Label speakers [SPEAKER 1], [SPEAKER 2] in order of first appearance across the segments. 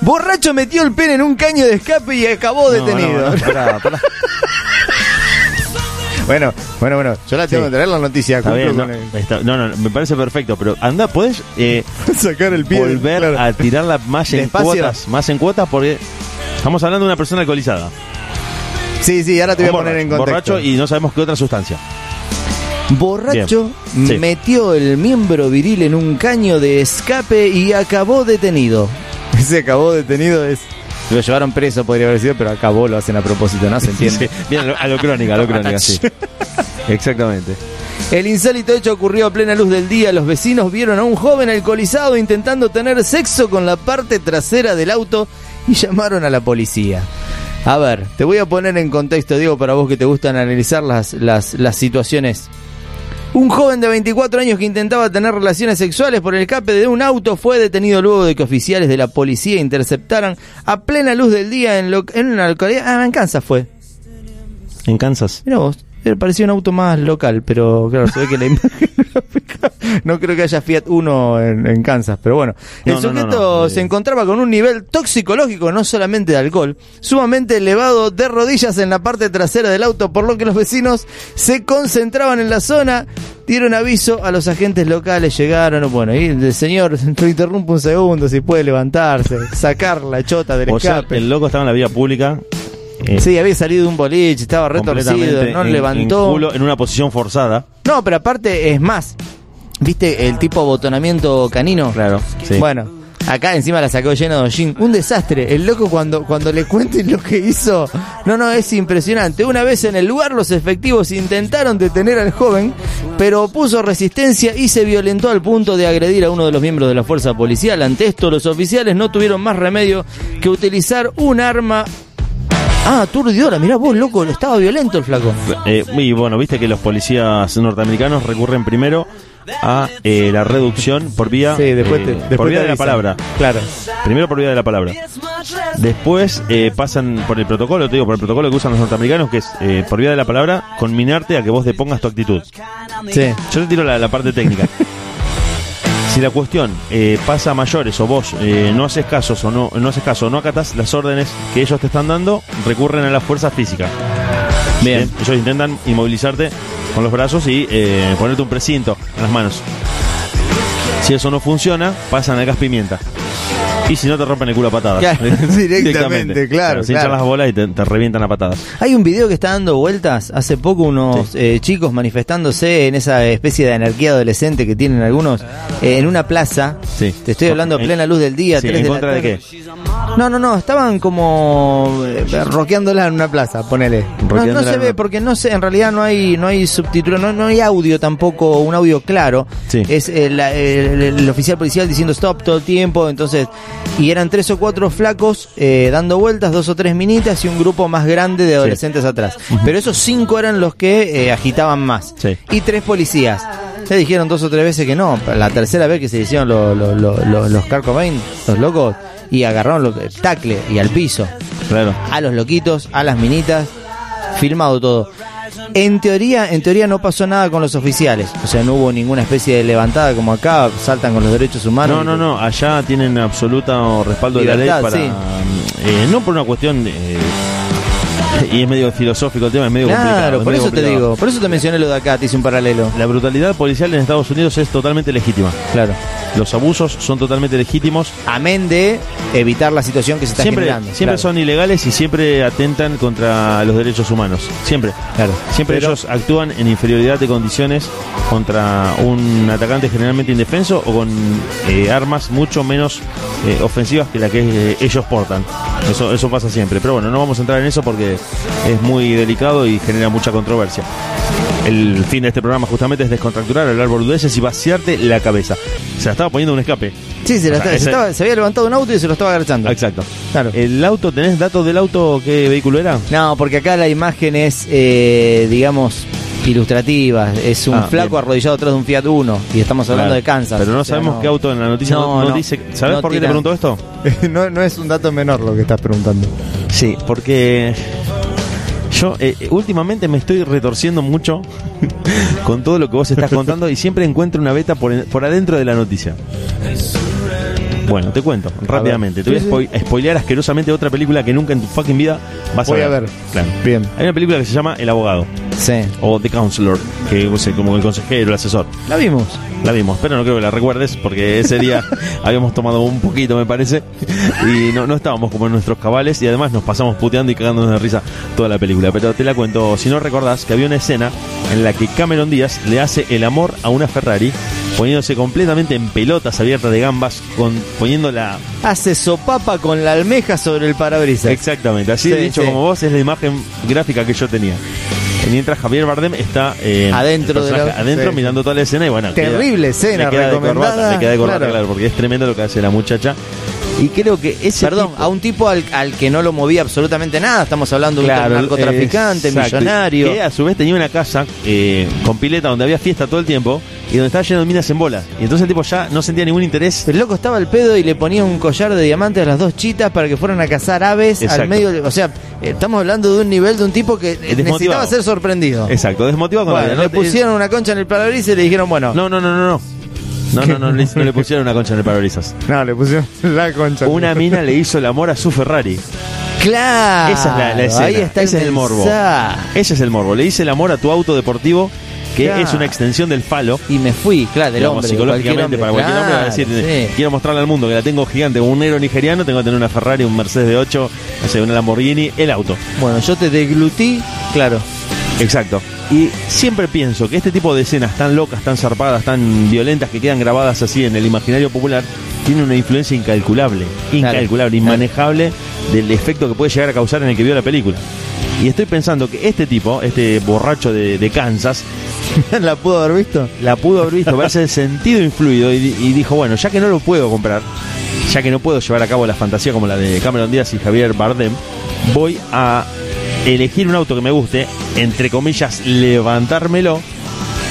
[SPEAKER 1] Borracho metió el pene en un caño de escape y acabó detenido.
[SPEAKER 2] pará, pará.
[SPEAKER 1] Bueno, bueno, bueno. Yo la tengo
[SPEAKER 2] Sí.
[SPEAKER 1] que tener la noticia.
[SPEAKER 2] Está
[SPEAKER 1] cumplo
[SPEAKER 2] bien, no,
[SPEAKER 1] con el-
[SPEAKER 2] está- no, no, me parece perfecto, pero anda, ¿podés eh,
[SPEAKER 1] Sacar el pie.
[SPEAKER 2] volver
[SPEAKER 1] claro.
[SPEAKER 2] a tirarla más en
[SPEAKER 1] Despacio.
[SPEAKER 2] cuotas? Más en cuotas porque estamos hablando de una persona alcoholizada.
[SPEAKER 1] Sí, sí, ahora te voy a
[SPEAKER 2] Un
[SPEAKER 1] poner en
[SPEAKER 2] borracho-
[SPEAKER 1] contexto.
[SPEAKER 2] Borracho y no sabemos qué otra sustancia.
[SPEAKER 1] Borracho
[SPEAKER 2] Bien. Sí.
[SPEAKER 1] metió el miembro viril en un caño de escape y acabó detenido. Se acabó detenido es. Lo llevaron preso, podría haber sido, pero acabó, lo hacen a propósito, ¿no? ¿Se entiende?
[SPEAKER 2] Sí, bien, a lo, a lo crónica, a lo crónica, sí. Exactamente.
[SPEAKER 1] El insólito hecho ocurrió a plena luz del día. Los vecinos vieron a un joven alcoholizado intentando tener sexo con la parte trasera del auto y llamaron a la policía. A ver, te voy a poner en contexto, Diego, para vos que te gustan analizar las, las, las situaciones. Un joven de 24 años que intentaba tener relaciones sexuales por el escape de un auto fue detenido luego de que oficiales de la policía interceptaran a plena luz del día en, lo- en una localidad. Ah, en Kansas fue.
[SPEAKER 2] En Kansas.
[SPEAKER 1] Mira vos, eh, parecía un auto más local, pero claro, se ve que la imagen gráfica- No creo que haya Fiat 1 en, en Kansas, pero bueno. El
[SPEAKER 2] No, no, no,
[SPEAKER 1] sujeto
[SPEAKER 2] no, eh.
[SPEAKER 1] se encontraba con un nivel toxicológico, no solamente de alcohol, sumamente elevado de rodillas en la parte trasera del auto, por lo que los vecinos se concentraban en la zona, dieron aviso a los agentes locales, llegaron, bueno, y el señor, lo interrumpo un segundo, si puede levantarse, sacar la chota del
[SPEAKER 2] O sea,
[SPEAKER 1] escape.
[SPEAKER 2] el loco estaba en la vía pública. eh,
[SPEAKER 1] Sí, había salido de un boliche, estaba retorcido,
[SPEAKER 2] completamente
[SPEAKER 1] no
[SPEAKER 2] en-
[SPEAKER 1] levantó.
[SPEAKER 2] En, culo, en una posición forzada.
[SPEAKER 1] No, pero aparte es más. ¿Viste el tipo abotonamiento canino?
[SPEAKER 2] Claro, sí.
[SPEAKER 1] Bueno, acá encima la sacó lleno de hollín. Un desastre. El loco cuando, cuando le cuenten lo que hizo. No, no, es impresionante. Una vez en el lugar los efectivos intentaron detener al joven, pero opuso resistencia y se violentó al punto de agredir a uno de los miembros de la fuerza policial. Ante esto, los oficiales no tuvieron más remedio que utilizar un arma... Ah, aturdidora, mirá vos, loco, estaba violento el flaco.
[SPEAKER 2] Eh, y bueno, viste que los policías norteamericanos recurren primero a eh, la reducción por vía, eh, por vía de la palabra.
[SPEAKER 1] Claro.
[SPEAKER 2] Primero por vía de la palabra. Después eh, pasan por el protocolo, te digo, por el protocolo que usan los norteamericanos, que es eh, por vía de la palabra, conminarte a que vos depongas tu actitud.
[SPEAKER 1] Sí.
[SPEAKER 2] Yo te tiro la, la parte técnica. Si la cuestión eh, pasa a mayores o vos eh, no haces caso o no, no haces caso, no acatas las órdenes que ellos te están dando, recurren a la fuerza física. Bien. Ellos intentan inmovilizarte con los brazos y eh, ponerte un precinto en las manos. Si eso no funciona, pasan a gas pimienta. Y si no, te rompen el culo a patadas.
[SPEAKER 1] Claro,
[SPEAKER 2] Directamente,
[SPEAKER 1] directamente, claro,
[SPEAKER 2] Se hinchan
[SPEAKER 1] claro.
[SPEAKER 2] las bolas y te, te revientan a patadas.
[SPEAKER 1] Hay un video que está dando vueltas hace poco unos eh, chicos manifestándose en esa especie de anarquía adolescente que tienen algunos eh, en una plaza.
[SPEAKER 2] Sí.
[SPEAKER 1] Te estoy hablando a
[SPEAKER 2] En-
[SPEAKER 1] plena luz del día.
[SPEAKER 2] Sí,
[SPEAKER 1] tres
[SPEAKER 2] ¿En
[SPEAKER 1] de la
[SPEAKER 2] contra de
[SPEAKER 1] tarde.
[SPEAKER 2] qué?
[SPEAKER 1] No, no, no, estaban como eh, roqueándola en una plaza, ponele. No, no
[SPEAKER 2] Roqueándola
[SPEAKER 1] se
[SPEAKER 2] en
[SPEAKER 1] ve
[SPEAKER 2] una-
[SPEAKER 1] porque no sé, en realidad no hay no hay subtítulo, no, no hay audio tampoco, un audio claro.
[SPEAKER 2] Sí.
[SPEAKER 1] Es el, el- el oficial policial diciendo stop todo el tiempo, entonces y eran tres o cuatro flacos eh, dando vueltas, dos o tres minitas y un grupo más grande de adolescentes atrás. Pero esos cinco eran los que eh, agitaban más
[SPEAKER 2] Sí.
[SPEAKER 1] y tres policías. Se dijeron dos o tres veces que no. La tercera vez que se hicieron lo- lo- lo- lo- los carcomain, los locos, y agarraron los eh, tacle y al piso.
[SPEAKER 2] Claro.
[SPEAKER 1] A los loquitos, a las minitas, filmado todo. En teoría, en teoría no pasó nada con los oficiales. O sea, no hubo ninguna especie de levantada como acá, saltan con los derechos humanos.
[SPEAKER 2] No, no, no, allá tienen absoluto respaldo
[SPEAKER 1] Libertad,
[SPEAKER 2] de la ley
[SPEAKER 1] sí.
[SPEAKER 2] para... eh, no por una cuestión... eh, y es medio filosófico el tema, es medio complicado.
[SPEAKER 1] Claro,
[SPEAKER 2] es
[SPEAKER 1] por
[SPEAKER 2] medio
[SPEAKER 1] eso te
[SPEAKER 2] complicado.
[SPEAKER 1] digo, por eso te mencioné lo de acá, te hice un paralelo.
[SPEAKER 2] La brutalidad policial en Estados Unidos es totalmente legítima.
[SPEAKER 1] Claro.
[SPEAKER 2] Los abusos son totalmente legítimos.
[SPEAKER 1] Amén de evitar la situación que se está
[SPEAKER 2] Siempre,
[SPEAKER 1] generando.
[SPEAKER 2] siempre
[SPEAKER 1] claro.
[SPEAKER 2] son ilegales y siempre atentan contra los derechos humanos. Siempre.
[SPEAKER 1] Claro.
[SPEAKER 2] Siempre
[SPEAKER 1] Pero-
[SPEAKER 2] ellos actúan en inferioridad de condiciones contra un atacante generalmente indefenso o con eh, armas mucho menos eh, ofensivas que la que eh, ellos portan. Eso, eso pasa siempre. Pero bueno, no vamos a entrar en eso porque es muy delicado y genera mucha controversia. El fin de este programa justamente es descontracturar, hablar boludeces y vaciarte la cabeza. Se la estaba poniendo un escape.
[SPEAKER 1] Sí, se, la
[SPEAKER 2] O
[SPEAKER 1] está-
[SPEAKER 2] sea,
[SPEAKER 1] se
[SPEAKER 2] ese-
[SPEAKER 1] estaba- se había levantado un auto y se lo estaba agachando.
[SPEAKER 2] Exacto.
[SPEAKER 1] Claro.
[SPEAKER 2] ¿El auto, tenés datos del auto? ¿Qué vehículo era?
[SPEAKER 1] No, porque acá la imagen es, eh, digamos, ilustrativa. Es un
[SPEAKER 2] Ah,
[SPEAKER 1] flaco
[SPEAKER 2] bien.
[SPEAKER 1] arrodillado atrás de un Fiat Uno y estamos hablando
[SPEAKER 2] Claro.
[SPEAKER 1] de Kansas.
[SPEAKER 2] Pero no
[SPEAKER 1] O sea,
[SPEAKER 2] sabemos qué auto en la noticia no,
[SPEAKER 1] No,
[SPEAKER 2] no
[SPEAKER 1] no.
[SPEAKER 2] dice. ¿Sabes
[SPEAKER 1] No
[SPEAKER 2] por qué te
[SPEAKER 1] tiran.
[SPEAKER 2] pregunto esto?
[SPEAKER 1] no, no es un dato menor lo que estás preguntando.
[SPEAKER 2] Sí, porque yo eh, eh, últimamente me estoy retorciendo mucho con todo lo que vos estás contando y siempre encuentro una beta por, en- por adentro de la noticia. Bueno, te cuento rápidamente. Te voy a
[SPEAKER 1] Sí,
[SPEAKER 2] spoi- spoilear asquerosamente otra película que nunca en tu fucking vida vas
[SPEAKER 1] Voy
[SPEAKER 2] a
[SPEAKER 1] a
[SPEAKER 2] ver.
[SPEAKER 1] ver.
[SPEAKER 2] Claro.
[SPEAKER 1] Bien.
[SPEAKER 2] Hay una película que se llama El abogado
[SPEAKER 1] Sí.
[SPEAKER 2] o The Counselor, que es como el consejero, el asesor.
[SPEAKER 1] La vimos.
[SPEAKER 2] La vimos, pero no creo que la recuerdes porque ese día habíamos tomado un poquito, me parece, y no, no estábamos como en nuestros cabales y además nos pasamos puteando y cagándonos de risa toda la película. Pero te la cuento, si no recordás, que había una escena en la que Cameron Díaz le hace el amor a una Ferrari poniéndose completamente en pelotas abiertas de gambas, con, poniéndola
[SPEAKER 1] Hace sopapa con la almeja sobre el parabrisas.
[SPEAKER 2] Exactamente, así
[SPEAKER 1] Sí,
[SPEAKER 2] dicho
[SPEAKER 1] sí.
[SPEAKER 2] como vos, es la imagen gráfica que yo tenía. Mientras Javier Bardem está eh,
[SPEAKER 1] Adentro
[SPEAKER 2] el
[SPEAKER 1] de la-
[SPEAKER 2] personaje adentro
[SPEAKER 1] sí.
[SPEAKER 2] mirando toda la escena y bueno. queda-
[SPEAKER 1] Terrible escena,
[SPEAKER 2] le queda de
[SPEAKER 1] recomendada,
[SPEAKER 2] corbata, le queda de corbata,
[SPEAKER 1] claro.
[SPEAKER 2] claro. porque es tremendo lo que hace la muchacha. Y creo que ese
[SPEAKER 1] Perdón,
[SPEAKER 2] tipo-
[SPEAKER 1] a un tipo al, al que no lo movía absolutamente nada. Estamos hablando de
[SPEAKER 2] Claro,
[SPEAKER 1] un narcotraficante,
[SPEAKER 2] exacto.
[SPEAKER 1] millonario.
[SPEAKER 2] Que a su vez tenía una casa eh, con pileta donde había fiesta todo el tiempo y donde estaba lleno de minas en bola. Y entonces el tipo ya no sentía ningún interés.
[SPEAKER 1] El loco estaba al pedo y le ponía un collar de diamantes a las dos chitas para que fueran a cazar aves al
[SPEAKER 2] Exacto.
[SPEAKER 1] medio. de- O sea, eh, estamos hablando de un nivel de un tipo que eh,
[SPEAKER 2] Desmotivado.
[SPEAKER 1] necesitaba ser sorprendido.
[SPEAKER 2] Exacto, desmotivado con la
[SPEAKER 1] Bueno,
[SPEAKER 2] vida,
[SPEAKER 1] le
[SPEAKER 2] ¿no? eh,
[SPEAKER 1] pusieron una concha en el parabrisas y le dijeron, bueno.
[SPEAKER 2] No, no, no, no, no. No, no, no, le- no le pusieron una concha en el parabrisas.
[SPEAKER 3] No, le pusieron la concha.
[SPEAKER 2] Una mina le hizo el amor a su Ferrari.
[SPEAKER 1] Claro.
[SPEAKER 2] Esa es la, la escena.
[SPEAKER 1] Ahí está
[SPEAKER 2] Ese es el morbo.
[SPEAKER 1] mensaje.
[SPEAKER 2] Ese es el morbo. Le hice el amor a tu auto deportivo, que
[SPEAKER 1] Claro.
[SPEAKER 2] es una extensión del falo.
[SPEAKER 1] Y me fui, claro, del
[SPEAKER 2] digamos,
[SPEAKER 1] hombre. de
[SPEAKER 2] psicológicamente para cualquier hombre va a
[SPEAKER 1] claro,
[SPEAKER 2] decir, "Eh,
[SPEAKER 1] sí.
[SPEAKER 2] quiero mostrarle al mundo que la tengo gigante como un negro nigeriano, tengo que tener una Ferrari, un Mercedes de 8, no sé, una Lamborghini, el auto.
[SPEAKER 1] Bueno, yo te deglutí, claro.
[SPEAKER 2] Exacto. Y siempre pienso que este tipo de escenas tan locas, tan zarpadas, tan violentas que quedan grabadas así en el imaginario popular, tiene una influencia incalculable, incalculable,
[SPEAKER 1] claro.
[SPEAKER 2] inmanejable del efecto que puede llegar a causar en el que vio la película. Y estoy pensando que este tipo, este borracho de, de Kansas,
[SPEAKER 1] ¿La pudo haber visto?
[SPEAKER 2] la pudo haber visto, verse sentido influido y, y dijo, bueno, ya que no lo puedo comprar, ya que no puedo llevar a cabo la fantasía como la de Cameron Díaz y Javier Bardem, voy a elegir un auto que me guste, entre comillas, levantármelo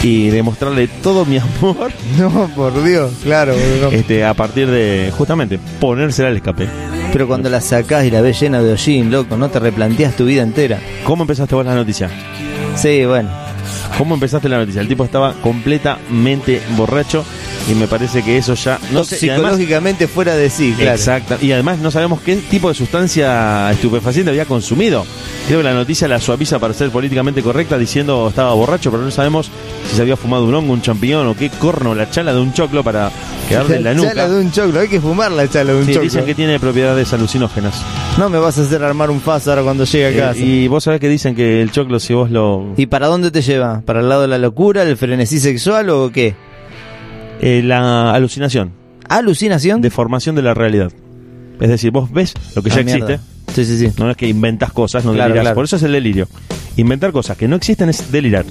[SPEAKER 2] y demostrarle todo mi amor
[SPEAKER 3] No, por Dios, claro. boludo.
[SPEAKER 2] este, a partir de, justamente, ponérsela al escape.
[SPEAKER 1] Pero cuando la sacás y la ves llena de hollín, loco, no te replanteas tu vida entera.
[SPEAKER 2] ¿Cómo empezaste vos la noticia?
[SPEAKER 1] Sí, bueno.
[SPEAKER 2] ¿Cómo empezaste la noticia? El tipo estaba completamente borracho y me parece que eso ya... No sé, y además-
[SPEAKER 1] psicológicamente fuera de sí, claro.
[SPEAKER 2] Exacto. Y además no sabemos qué tipo de sustancia estupefaciente había consumido. Creo que la noticia la suaviza para ser políticamente correcta diciendo estaba borracho, pero no sabemos si se había fumado un hongo, un champiñón o qué corno, la chala de un choclo para quedarle en la nuca.
[SPEAKER 3] Chala de un choclo, hay que fumar la chala de un
[SPEAKER 2] Sí,
[SPEAKER 3] choclo.
[SPEAKER 2] dicen que tiene propiedades alucinógenas.
[SPEAKER 1] No me vas a hacer armar un faso ahora cuando llegue a casa.
[SPEAKER 2] Eh, y vos sabés que dicen que el choclo, si vos lo.
[SPEAKER 1] ¿Y para dónde te lleva? ¿Para el lado de la locura, el frenesí sexual o qué?
[SPEAKER 2] eh, la alucinación,
[SPEAKER 1] ¿Alucinación?
[SPEAKER 2] deformación de la realidad. Es decir, vos ves lo que
[SPEAKER 1] Ah,
[SPEAKER 2] ya
[SPEAKER 1] mierda.
[SPEAKER 2] existe.
[SPEAKER 1] Sí, sí, sí.
[SPEAKER 2] No es que inventas cosas, no
[SPEAKER 1] Claro,
[SPEAKER 2] delirás.
[SPEAKER 1] claro.
[SPEAKER 2] Por eso es el delirio. Inventar cosas que no existen es delirar.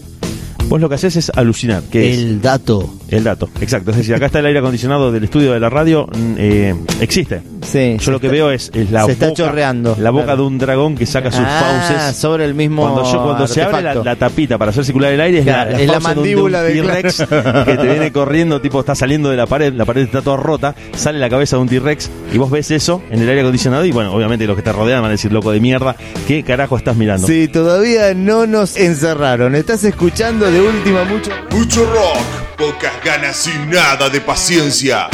[SPEAKER 2] Vos lo que haces es alucinar, que es
[SPEAKER 1] El dato.
[SPEAKER 2] el dato. Exacto. Es decir, acá está el aire acondicionado del estudio de la radio. mm, eh, existe.
[SPEAKER 1] Sí.
[SPEAKER 2] Yo lo que veo es, es la
[SPEAKER 1] se Eh, está
[SPEAKER 2] boca,
[SPEAKER 1] chorreando.
[SPEAKER 2] la boca
[SPEAKER 1] Claro.
[SPEAKER 2] de un dragón que saca sus
[SPEAKER 1] Ah,
[SPEAKER 2] fauces.
[SPEAKER 1] sobre el mismo
[SPEAKER 2] Cuando, yo- cuando se abre la,
[SPEAKER 1] artefacto.
[SPEAKER 2] la tapita para hacer circular el aire, es
[SPEAKER 1] Claro,
[SPEAKER 2] la,
[SPEAKER 1] es la
[SPEAKER 2] fauce de un-
[SPEAKER 3] mandíbula de-
[SPEAKER 2] de un T-Rex que te viene corriendo, tipo, está saliendo de la pared, la pared está toda rota, sale la cabeza de un T-Rex y vos ves eso en el aire acondicionado. Y bueno, obviamente los que te rodean van a decir, loco de mierda, ¿qué carajo estás mirando?
[SPEAKER 3] Sí, todavía no nos encerraron. Estás escuchando de última mucho.
[SPEAKER 4] Mucho rock, pocas ganas y nada de paciencia.